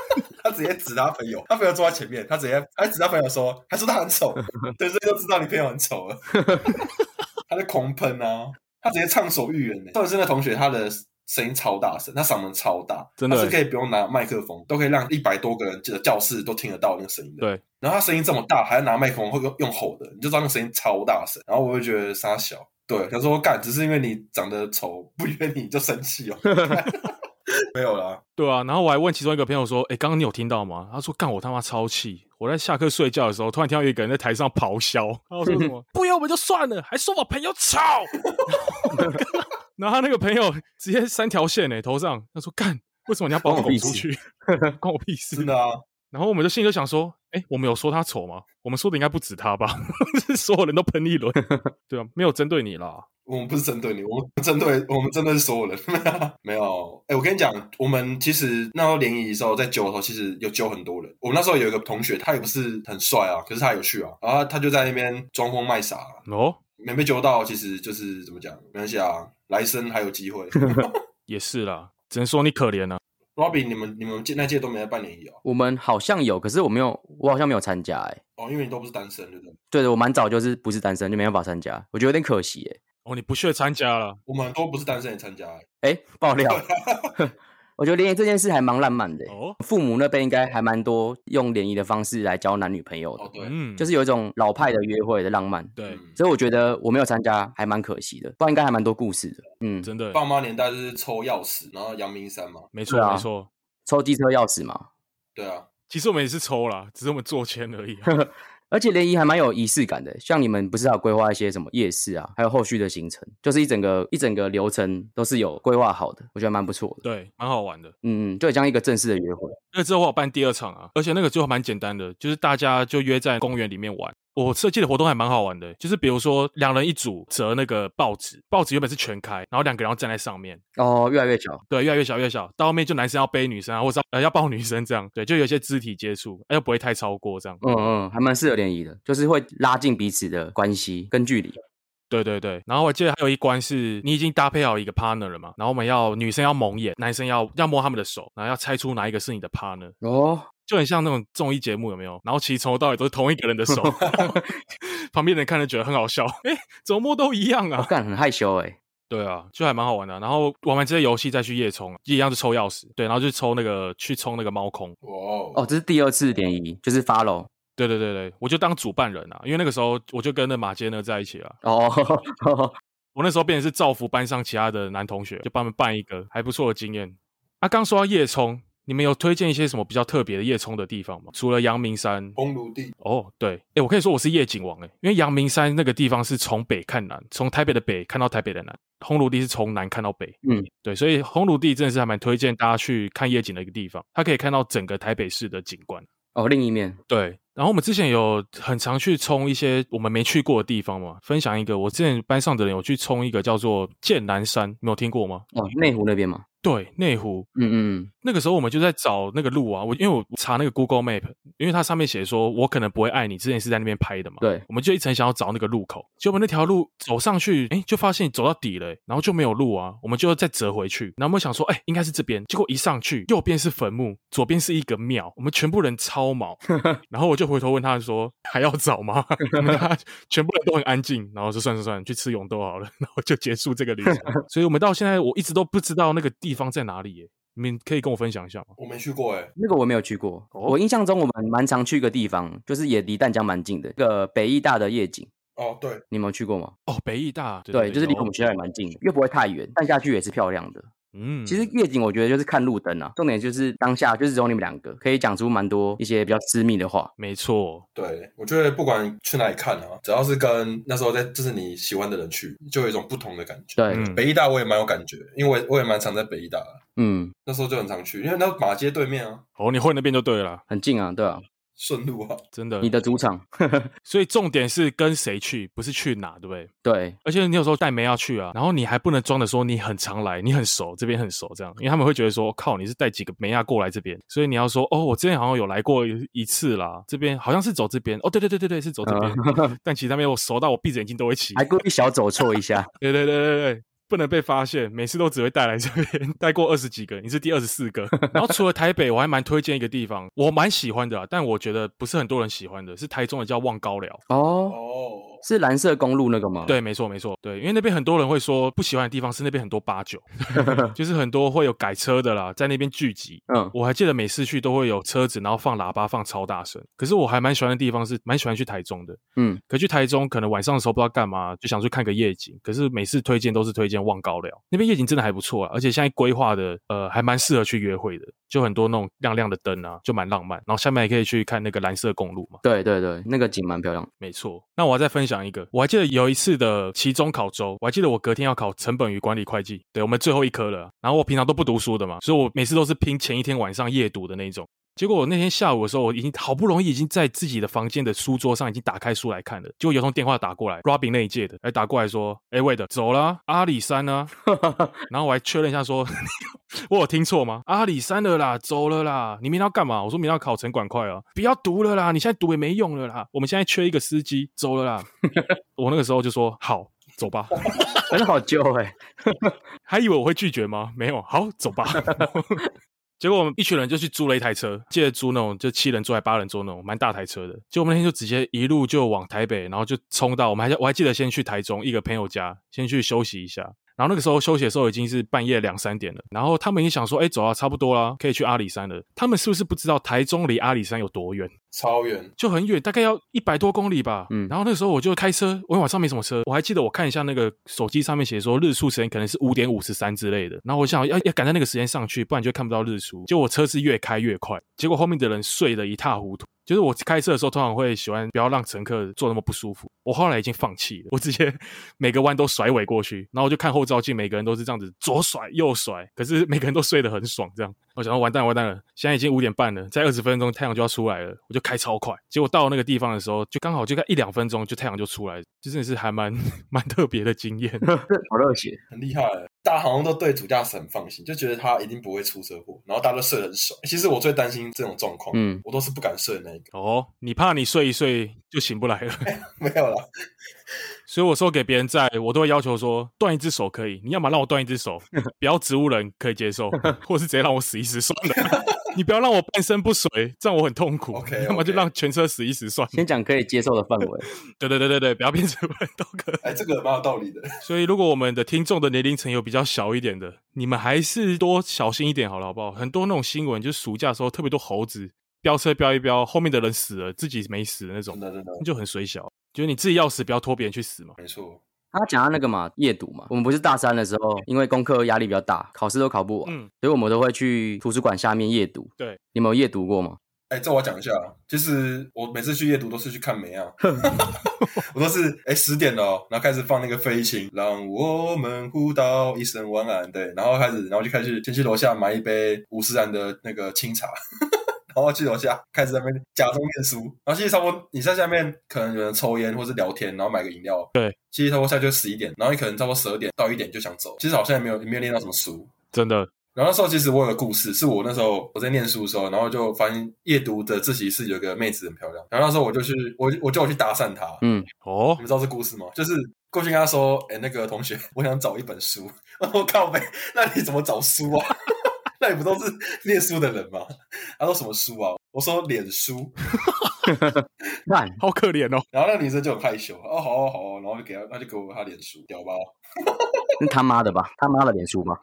Speaker 1: 他直接指他朋友，他朋友坐在前面，他直接还指他朋友说，还说他很丑，对，所以就知道你朋友很丑了。 他在狂喷啊，他直接畅所欲言呢、欸。赵真的同学，他的声音超大声，他嗓门超大，
Speaker 2: 真的欸
Speaker 1: 他是可以不用拿麦克风，都可以让一百多个人的教室都听得到那个声音的。
Speaker 2: 对，
Speaker 1: 然后他声音这么大，还要拿麦克风，会用用吼的，你就知道那个声音超大声。然后我就觉得傻小，对，他说干，只是因为你长得丑，不约你就生气 哦。 没有啦，
Speaker 2: 对啊，然后我还问其中一个朋友说：“哎，刚刚你有听到吗？”他说：“干，我他妈超气！我在下课睡觉的时候，突然听到有一个人在台上咆哮，然后说什么不约我们就算了，还说我朋友吵。然后”然后他那个朋友直接三条线呢，头上，他说：“干，为什么你要把我
Speaker 3: 关我屁
Speaker 2: 拱出
Speaker 3: 事
Speaker 2: 去？关我屁事
Speaker 1: 真！”的啊，
Speaker 2: 然后我们就心里就想说：“哎，我们有说他丑吗？我们说的应该不止他吧？ 就是所有人都喷一轮，对啊，没有针对你啦。”
Speaker 1: 我们不是针对你，我们针对我们针对是所有人， 没有。哎、我跟你讲，我们其实那时候联谊的时候，在揪的时候，其实有揪很多人。我们那时候有一个同学，他也不是很帅啊，可是他有趣啊，然后他就在那边装疯卖傻、啊
Speaker 2: 哦，
Speaker 1: 没被揪到，其实就是怎么讲，没关系啊，来生还有机会。
Speaker 2: 也是啦，只能说你可怜啊。
Speaker 1: Robin，你们你们那届都没来办联谊哦，
Speaker 3: 我们好像有，可是我没有，我好像没有参加哎、
Speaker 1: 哦，因为你都不是单身，对不对？
Speaker 3: 对的，我蛮早就是不是单身就没办法参加，我觉得有点可惜哎、
Speaker 2: 哦，你不屑参加了。
Speaker 1: 我们很多不是单身也参加、欸，
Speaker 3: 哎、爆料，我觉得联谊这件事还蛮浪漫的、欸。
Speaker 2: 哦，
Speaker 3: 父母那边应该还蛮多用联谊的方式来交男女朋友
Speaker 1: 哦，
Speaker 3: 的，
Speaker 1: 对，
Speaker 2: 嗯，
Speaker 3: 就是有一种老派的约会的浪漫。
Speaker 2: 对，
Speaker 1: 嗯
Speaker 3: 所以我觉得我没有参加还蛮可惜的，不然应该还蛮多故事的。嗯，
Speaker 2: 真的，
Speaker 1: 爸妈年代就是抽钥匙，然后阳明山嘛，
Speaker 2: 没错、
Speaker 3: 对啊
Speaker 2: 没错。
Speaker 3: 抽机车钥匙嘛，
Speaker 1: 对啊，
Speaker 2: 其实我们也是抽啦，只是我们做签而已啊、
Speaker 3: 而且联谊还蛮有仪式感的。像你们不是还有规划一些什么夜市啊，还有后续的行程，就是一整个一整个流程都是有规划好的，我觉得蛮不错的。
Speaker 2: 对，蛮好玩的。
Speaker 3: 嗯嗯，就很像一个正式的约会。
Speaker 2: 那之后我有办第二场啊，而且那个就蛮简单的，就是大家就约在公园里面玩。我设计的活动还蛮好玩的，就是比如说两人一组折那个报纸，报纸原本是全开，然后两个人要站在上面，
Speaker 3: 哦，越来越小，
Speaker 2: 对，越来越小越小，到后面就男生要背女生啊，或者要呃要抱女生这样，对，就有一些肢体接触，哎、又不会太超过这样。
Speaker 3: 嗯嗯，还蛮适合联谊的，就是会拉近彼此的关系跟距离。
Speaker 2: 对对对，然后我记得还有一关是你已经搭配好一个 partner 了嘛，然后我们要女生要蒙眼，男生要要摸他们的手，然后要猜出哪一个是你的 partner，
Speaker 3: 哦，
Speaker 2: 就很像那种综艺节目有没有？然后其实从头到尾都是同一个人的手，旁边人看着觉得很好笑，哎，怎么摸都一样
Speaker 3: 我
Speaker 2: 啊。
Speaker 3: 干很害羞哎、
Speaker 2: 对啊，就还蛮好玩的啊、然后玩完这些游戏再去夜冲，一样是抽钥匙，对，然后就抽那个去冲那个猫空。
Speaker 1: 哇哦，
Speaker 3: 哦，这是第二次联谊，就是 follow。
Speaker 2: 对对对对，我就当主办人啊，因为那个时候我就跟那马杰呢在一起了。
Speaker 3: 哦，
Speaker 2: 我那时候变成是造福班上其他的男同学，就帮他们办一个还不错的经验。啊，刚说到夜冲，你们有推荐一些什么比较特别的夜冲的地方吗？除了阳明山，
Speaker 1: 烘炉地，
Speaker 2: 哦，对，哎，我可以说我是夜景王哎，因为阳明山那个地方是从北看南，从台北的北看到台北的南，烘炉地是从南看到北，
Speaker 3: 嗯，
Speaker 2: 对，所以烘炉地真的是还蛮推荐大家去看夜景的一个地方，它可以看到整个台北市的景观。
Speaker 3: 哦，另一面，
Speaker 2: 对，然后我们之前有很常去冲一些我们没去过的地方嘛，分享一个，我之前班上的人有去冲一个叫做剑南山，你有听过吗？
Speaker 3: 哦，内湖那边嘛，
Speaker 2: 对，内湖。
Speaker 3: 嗯嗯
Speaker 2: 那个时候我们就在找那个路啊，我因为我查那个 Google Map，因为它上面写说我可能不会爱你，之前是在那边拍的嘛，
Speaker 3: 对
Speaker 2: 我们就一直很想要找那个路口，结果那条路走上去，哎，就发现走到底了、诶然后就没有路啊，我们就再折回去，然后我们想说，哎，应该是这边，结果一上去，右边是坟墓，左边是一个庙，我们全部人超 毛，然后我就回头问他说还要找吗？ 我们大家全部人都很安静，然后说算算算，去吃永豆好了，然后就结束这个 旅程。所以我们到现在我一直都不知道那个地方在哪里耶、你们可以跟我分享一下吗？
Speaker 1: 我没去过哎、
Speaker 3: 那个我没有去过，
Speaker 2: 哦
Speaker 3: 我印象中我们蛮常去一个地方，就是也离淡江蛮近的，那个北艺大的夜景，
Speaker 1: 哦，对，
Speaker 3: 你有没有去过吗？
Speaker 2: 哦，北艺大，对哦
Speaker 3: 对，就是离我们学校也
Speaker 2: 嘛。
Speaker 3: 蛮近的，又不会太远，看下去也是漂亮的。
Speaker 2: 嗯，
Speaker 3: 其实夜景我觉得就是看路灯啊，重点就是当下就是只有你们两个可以讲出蛮多一些比较私密的话。
Speaker 2: 没错，
Speaker 1: 对，我觉得不管去哪里看啊，只要是跟那时候在就是你喜欢的人去，就有一种不同的感觉。
Speaker 3: 对，
Speaker 2: 嗯，
Speaker 1: 北医大我也蛮有感觉，因为我也我也蛮常在北医大的，
Speaker 3: 嗯，
Speaker 1: 那时候就很常去，因为那马街对面啊，
Speaker 2: 哦，你混那边就对了，
Speaker 3: 很近啊，对啊，
Speaker 1: 顺路啊，
Speaker 2: 真的。
Speaker 3: 你的主场，
Speaker 2: 所以重点是跟谁去，不是去哪，对不对？
Speaker 3: 对，
Speaker 2: 而且你有时候带妹要去啊，然后你还不能装的说你很常来，你很熟，这边很熟这样，因为他们会觉得说，靠，你是带几个妹亚过来这边，所以你要说，哦，我之前好像有来过一一次啦，这边好像是走这边，哦，对对对对对，是走这边， 但其实他们有熟到我闭着眼睛都会骑，
Speaker 3: 还故意小走错一下，
Speaker 2: 对对对对对，不能被发现，每次都只会带来这边，带过二十几个，你是第二十四个。然后除了台北，我还蛮推荐一个地方，我蛮喜欢的、啊，但我觉得不是很多人喜欢的，是台中的叫望高寮。
Speaker 3: 哦，
Speaker 1: 哦，
Speaker 3: 是蓝色公路那个吗？，
Speaker 2: 对，没错，没错，对，因为那边很多人会说不喜欢的地方是那边很多八九，就是很多会有改车的啦，在那边聚集。
Speaker 3: 嗯，
Speaker 2: 我还记得每次去都会有车子，然后放喇叭放超大声。可是我还蛮喜欢的地方是蛮喜欢去台中的，
Speaker 3: 嗯，
Speaker 2: 可去台中可能晚上的时候不知道干嘛，就想去看个夜景。可是每次推荐都是推荐望高寮那边夜景真的还不错啊，而且现在规划的呃还蛮适合去约会的，就很多那种亮亮的灯啊，就蛮浪漫。然后下面还可以去看那个蓝色公路嘛，
Speaker 3: 对对对，那个景蛮漂亮的。
Speaker 2: 没错。那我要再分享一个，我还记得有一次的期中考周，我还记得我隔天要考成本与管理会计，对我们最后一科了啊。然后我平常都不读书的嘛，所以我每次都是拼前一天晚上夜读的那一种。结果我那天下午的时候，我已经好不容易已经在自己的房间的书桌上已经打开书来看了，结果有通电话打过来，Robin 那一届的，哎打过来说，哎喂的，走啦，阿里山呢、啊？然后我还确认一下说， 我有听错吗？阿里山了啦，走了啦，你明天要干嘛？我说明天要考城管快啊，不要读了啦，你现在读也没用了啦，我们现在缺一个司机，走了啦。 我那个时候就说好，走吧。
Speaker 3: 很好救哎、欸，
Speaker 2: 还以为我会拒绝吗？没有，好，走吧。 结果我们一群人就去租了一台车，记得租那种就七人座还八人座那种蛮大台车的。结果我们那天就直接一路就往台北，然后就冲到我们还我还记得先去台中一个朋友家先去休息一下。然后那个时候休息的时候已经是半夜两三点了，然后他们也想说，哎，走啊，差不多啦，可以去阿里山了。他们是不是不知道台中离阿里山有多远？
Speaker 1: 超远，
Speaker 2: 就很远，大概要一百多公里吧。嗯
Speaker 3: 嗯，
Speaker 2: 然后那时候我就开车，我晚上没什么车，我还记得我看一下那个手机上面写说日出时间可能是五点五十三之类的，然后我想要要赶在那个时间上去，不然就看不到日出。结果我车是越开越快，结果后面的人睡得一塌糊涂。就是我开车的时候，通常会喜欢不要让乘客坐那么不舒服。我后来已经放弃了，我直接 每个弯都甩尾过去，然后我就看后照镜，每个人都是这样子左甩右甩，可是每个人都睡得很爽，这样。我想到完蛋了完蛋了，现在已经五点半了，在二十分钟太阳就要出来了，我就开超快。结果到那个地方的时候，就刚好就在一两分钟，就太阳就出来了，就真的是还蛮 蛮特别的经验。
Speaker 3: 好热血，
Speaker 1: 很厉害欸。大家好像都对主驾驶很放心，就觉得他一定不会出车祸，然后大家都睡得很爽。其实我最担心这种状况，
Speaker 3: 嗯，
Speaker 1: 我都是不敢睡的那一个。
Speaker 2: 哦，你怕你睡一睡就醒不来了，
Speaker 1: 没有啦，
Speaker 2: 所以我说给别人债，我都会要求说断一只手可以，你要么让我断一只手，不要植物人可以接受，或是直接让我死一死算了。 你不要让我半身不遂，这样我很痛苦。
Speaker 1: OK，OK
Speaker 2: 要么就让全车死一死算了。
Speaker 3: 先讲可以接受的范 围。
Speaker 2: 对对对对对，不要变成人都可以。
Speaker 1: 哎，这个蛮有道理的。
Speaker 2: 所以，如果我们的听众的年龄层有比较小一点的，你们还是多小心一点好了，好不好？很多那种新闻，就是暑假的时候特别多猴子飙车飙一飙，后面的人死了，自己没死的那种
Speaker 1: 真，的真的，
Speaker 2: 那就很水小。就是你自己要死，不要拖别人去死嘛。
Speaker 1: 没错，
Speaker 3: 他讲到那个嘛，夜读嘛，我们不是大三的时候，因为功课压力比较大，考试都考不完，
Speaker 2: 嗯，
Speaker 3: 所以我们都会去图书馆下面夜读。
Speaker 2: 对，
Speaker 3: 你们有夜读过吗？
Speaker 1: 哎、这我要讲一下，就是我每次去夜读都是去看梅啊， 我都是哎十、0点了、哦，然后开始放那个飞行，让我们互道一声晚安，对，然后开始，然后就开始先去楼下买一杯五十兰的那个清茶。 然后去楼下开始在那边假装念书，然后其实差不多你在下面可能有人抽烟或是聊天，然后买个饮料，
Speaker 2: 对，
Speaker 1: 其实差不多下去十一点，然后你可能差不多十二点到一点就想走，其实好像也没有也没有念到什么书，
Speaker 2: 真的，
Speaker 1: 然后那时候其实我有个故事，是我那时候我在念书的时候，然后就发现夜读的自习室有个妹子很漂亮，然后那时候我就去，我就我就有去搭讪她。
Speaker 3: 嗯，
Speaker 2: 哦
Speaker 1: 你，们知道这故事吗？就是过去跟她说：“哎、那个同学，我想找一本书。”我靠呗，那你怎么找书啊？ 那你不都是念书的人吗？她说什么书啊？我说脸书。
Speaker 3: 看
Speaker 2: 好可怜哦，
Speaker 1: 然后那个女生就很害羞，哦，好哦，好哦，然后就给她，她就给我她脸书，屌吧？
Speaker 3: 那他妈的吧，他妈的脸书吗？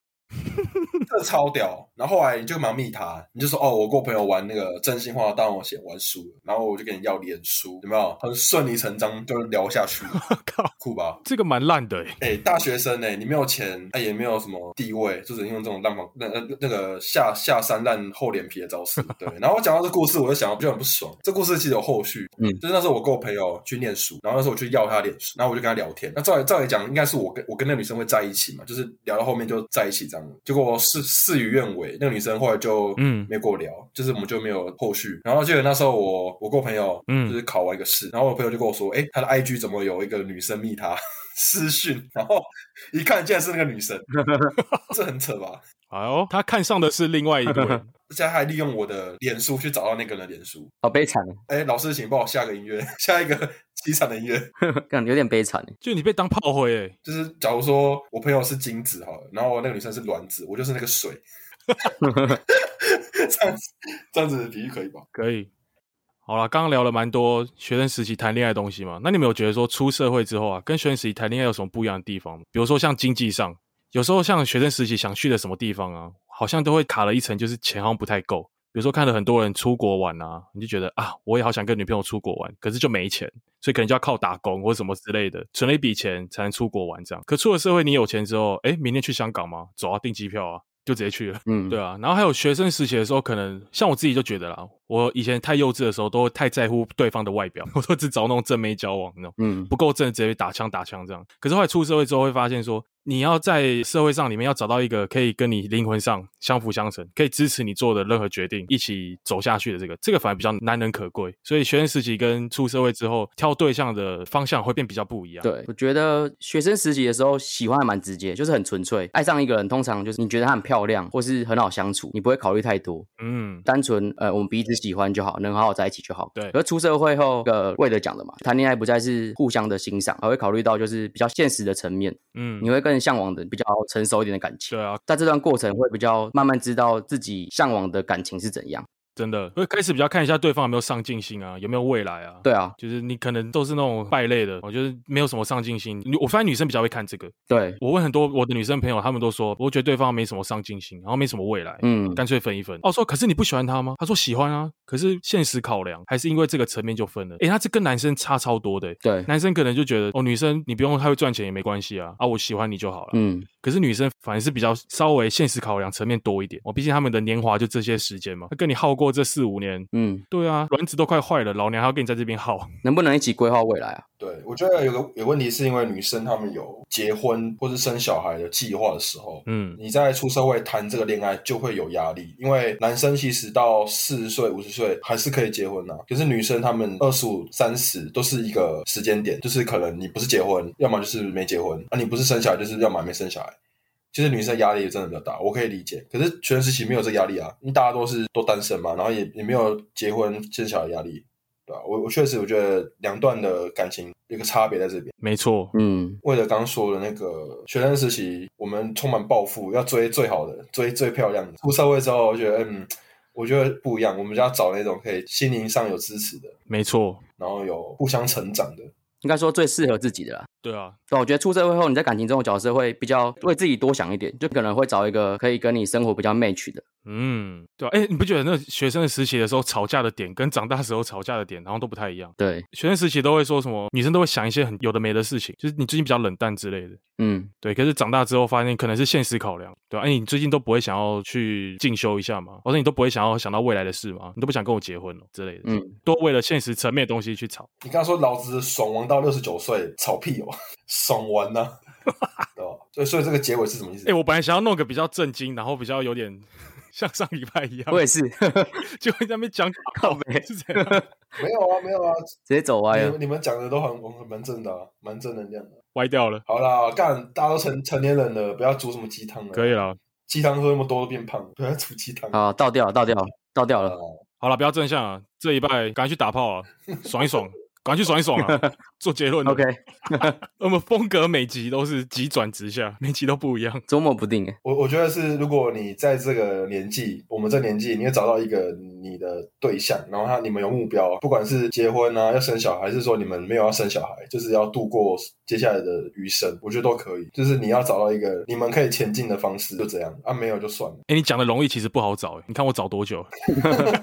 Speaker 1: 这超屌。然后后来你就忙密他，你就说哦，我跟我朋友玩那个真心话大冒险玩输了，然后我就跟你要脸书，有没有？很顺理成章就聊下去，
Speaker 2: 靠，
Speaker 1: 酷吧？
Speaker 2: 这个蛮烂的欸诶。
Speaker 1: 哎、大学生呢、你没有钱，哎、也没有什么地位，就只能用这种烂方那呃那那个下下三滥厚脸皮的招式。对，然后我讲到这故事，我就想到就很不爽。这故事其实有后续，
Speaker 3: 嗯
Speaker 1: 就是那时候我跟我朋友去念书，然后那时候我去要他脸书，然后我就跟他聊天。那照理照理讲，应该是我跟我跟那个女生会在一起嘛，就是聊到后面就在一起这样。结果事事与愿违，那个女生后来就
Speaker 2: 嗯
Speaker 1: 没有跟我聊，就是我们就没有后续。然后记得那时候我我跟我朋友
Speaker 2: 嗯
Speaker 1: 就是考完一个试，然后我朋友就跟我说，哎、他的 IG 怎么有一个女生密他？私讯，然后一看竟然是那个女 生，这很扯吧？
Speaker 2: 哎呦，他看上的是另外一个人，
Speaker 1: 而且他还利用我的脸书去找到那个人的脸书。
Speaker 3: 好悲惨，哦
Speaker 1: 哎，老师，请帮我下个音乐，下一个凄惨的音乐。
Speaker 3: 看有点悲惨欸。
Speaker 2: 就你被当炮灰欸诶。
Speaker 1: 就是假如说我朋友是精子好了，然后那个女生是卵子，我就是那个 水。 这样子，这样子的比喻可以吧？
Speaker 2: 可以。好了，刚刚聊了蛮多学生时期谈恋爱的东西嘛，那你们有觉得说出社会之后啊，跟学生时期谈恋爱有什么不一样的地方吗？比如说像经济上，有时候像学生时期想去的什么地方啊，好像都会卡了一层，就是钱好像不太够。比如说看了很多人出国玩啊，你就觉得啊，我也好想跟女朋友出国玩，可是就没钱，所以可能就要靠打工或什么之类的，存了一笔钱才能出国玩这样。可出了社会，你有钱之后，诶，明天去香港吗？走啊，订机票啊，就直接去了。
Speaker 3: 嗯，
Speaker 2: 对啊，然后还有学生时期的时候，可能像我自己就觉得啦，我以前太幼稚的时候，都会太在乎对方的外表， 我都只找那种正妹交往那种，
Speaker 3: 嗯，
Speaker 2: 不够正直接打枪打枪这样。可是后来出社会之后，会发现说，你要在社会上里面要找到一个可以跟你灵魂上相辅相成，可以支持你做的任何决定，一起走下去的这个，这个反而比较难能可贵。所以学生时期跟出社会之后，挑对象的方向会变比较不一样。，
Speaker 3: 啊对，我觉得学生时期的时候喜欢还蛮直接，就是很纯粹。爱上一个人，通常就是你觉得她很漂亮，或是很好相处，你不会考虑太多，
Speaker 2: 嗯，
Speaker 3: 单纯呃我们彼此喜欢就好，能好好在一起就好。
Speaker 2: 对
Speaker 3: 而出社会后，呃，为了讲的嘛，谈恋爱不再是互相的欣赏，而会考虑到就是比较现实的层面，
Speaker 2: 嗯
Speaker 3: 你，会更向往的比较成熟一点的感情。
Speaker 2: 对啊，
Speaker 3: 在这段过程会比较慢慢知道自己向往的感情是怎样。
Speaker 2: 真的会开始比较看一下对方有没有上进心啊，有没有未来啊。
Speaker 3: 对啊，
Speaker 2: 就是你可能都是那种败类的，我觉得没有什么上进心。女我发现女生比较会看这个。
Speaker 3: 对，
Speaker 2: 我问很多我的女生朋友，她们都说，我觉得对方没什么上进心，然后没什么未来，
Speaker 3: 嗯，
Speaker 2: 干脆分一分。哦，说可是你不喜欢他吗？她说喜欢啊，可是现实考量还是因为这个层面就分了。诶，她这跟男生差超多的、诶
Speaker 3: 对，
Speaker 2: 男生可能就觉得哦，女生你不用太会赚钱也没关系啊，啊，我喜欢你就好了。
Speaker 3: 嗯，
Speaker 2: 可是女生反而是比较稍微现实考量层面多一点，我、哦毕竟她们的年华就这些时间嘛，她跟你耗过这四五年，
Speaker 3: 嗯，
Speaker 2: 对啊，卵子都快坏了，老娘还要跟你在这边耗。
Speaker 3: 能不能一起规划未来啊？
Speaker 1: 对，我觉得有个有问题是因为女生她们有结婚或是生小孩的计划的时候，
Speaker 2: 嗯，
Speaker 1: 你在出社会谈这个恋爱就会有压力，因为男生其实到四十岁、五十岁还是可以结婚呐、啊可是女生她们二十五、三十都是一个时间点，就是可能你不是结婚，要么就是没结婚，啊，你不是生小孩，就是要么没生小孩。其实女生压力真的比较大，我可以理解。可是全时期没有这个压力啊，因为大家都是都单身嘛，然后也也没有结婚生小孩的压力，对吧、我我确实我觉得两段的感情有个差别在这边。
Speaker 2: 没错，
Speaker 3: 嗯，
Speaker 1: 为了刚说的那个学生时期，我们充满抱负，要追最好的，追最漂亮的。出社会之后，我觉得，嗯，我觉得不一样，我们就要找那种可以心灵上有支持的，
Speaker 2: 没错，
Speaker 1: 然后有互相成长的。
Speaker 3: 应该说最适合自己的啦。
Speaker 2: 对啊，
Speaker 3: 对，我觉得出社会后，你在感情中的角色会比较为自己多想一点，就可能会找一个可以跟你生活比较 match 的。
Speaker 2: 嗯，对啊，哎，你不觉得那学生的时期的时候吵架的点跟长大时候吵架的点好像都不太一样？
Speaker 3: 对，
Speaker 2: 学生时期都会说什么，女生都会想一些很有的没的事情，就是你最近比较冷淡之类的。
Speaker 3: 嗯，
Speaker 2: 对，可是长大之后发现可能是现实考量，对吧、哎，你最近都不会想要去进修一下吗？或者你都不会想要想到未来的事吗？你都不想跟我结婚了之类的，
Speaker 3: 嗯，
Speaker 2: 多为了现实层面的东西去吵。
Speaker 1: 你刚刚说老子爽完到六十九岁，草屁哦， 爽完呢、 对吧？所以，所以这个结尾是什么意思？
Speaker 2: 哎，我本来想要弄个比较震惊，然后比较有点 像上礼拜一样，
Speaker 3: 我也是， 直
Speaker 2: 就会在那边讲靠背，是这样。
Speaker 1: 没有啊，没有啊，
Speaker 3: 接走
Speaker 2: 哎
Speaker 3: 歪
Speaker 1: 你
Speaker 3: 了
Speaker 1: 们。你们讲的都很我很蛮正的、啊，蛮正能量的。
Speaker 2: 歪掉了，
Speaker 1: 好啦，干，大家都成成年人了，不要煮什么鸡汤了。
Speaker 2: 可以了，
Speaker 1: 鸡汤喝那么多都变胖了，不要煮鸡汤。
Speaker 3: 好，倒掉，倒掉，倒掉了。
Speaker 2: 好了，不要正向了，这一拜赶快去打炮啊，爽一爽，赶快去爽一爽啊！做结论了
Speaker 3: OK，
Speaker 2: 我们风格每集都是急转直下，每集都不一样。
Speaker 3: 捉摸不定哎，
Speaker 1: 我我觉得是，如果你在这个年纪，我们这年纪，你会找到一个你的对象，然后他你们有目标，不管是结婚啊，要生小孩，还是说你们没有要生小孩，就是要度过接下来的余生，我觉得都可以。就是你要找到一个你们可以前进的方式，就这样啊，没有就算了。
Speaker 2: 哎、你讲的容易，其实不好找、欸。你看我找多久？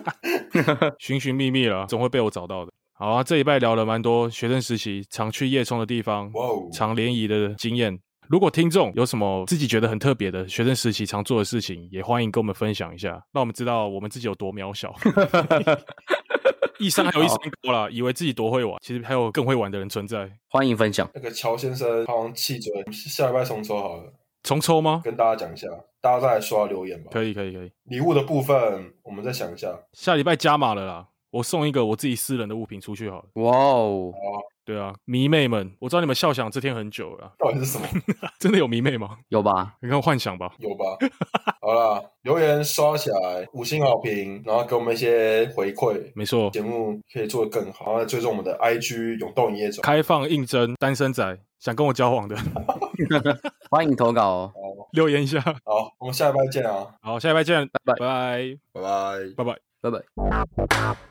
Speaker 2: 寻寻觅觅了，总会被我找到的。好啊，这一拜聊了蛮多学生时期常去夜冲的地方，
Speaker 1: 哇哦，
Speaker 2: 常联谊的经验。如果听众有什么自己觉得很特别的学生时期常做的事情，也欢迎跟我们分享一下，让我们知道我们自己有多渺小。 一山还有一山高啦，以为自己多会玩，其实还有更会玩的人存在。
Speaker 3: 欢迎分享。
Speaker 1: 那个乔先生好像气嘴，下礼拜重抽好了，
Speaker 2: 重抽吗？
Speaker 1: 跟大家讲一下，大家再来刷留言吧。
Speaker 2: 可以，可以，可以。
Speaker 1: 礼物的部分，我们再想一下。
Speaker 2: 下礼拜加码了啦，我送一个我自己私人的物品出去好了。
Speaker 3: 哇哦，
Speaker 2: 对啊，迷妹们，我知道你们笑想这天很久了
Speaker 1: 到底是什么？
Speaker 2: 啦，真的有迷妹吗？
Speaker 3: 有吧？
Speaker 2: 你看幻想吧。
Speaker 1: 有吧？好啦，留言刷起来，五星好评，然后给我们一些回馈，
Speaker 2: 没错，
Speaker 1: 节目可以做得更好。然后追踪我们的 IG 永动营业者，
Speaker 2: 开放应征单身仔，想跟我交往的
Speaker 3: 欢迎投稿哦，
Speaker 2: 留言一下。
Speaker 1: 好，我们下礼拜见啊，
Speaker 2: 好，下礼拜见，
Speaker 3: 拜拜
Speaker 2: 拜
Speaker 1: 拜拜。
Speaker 2: 拜拜。
Speaker 3: 拜拜。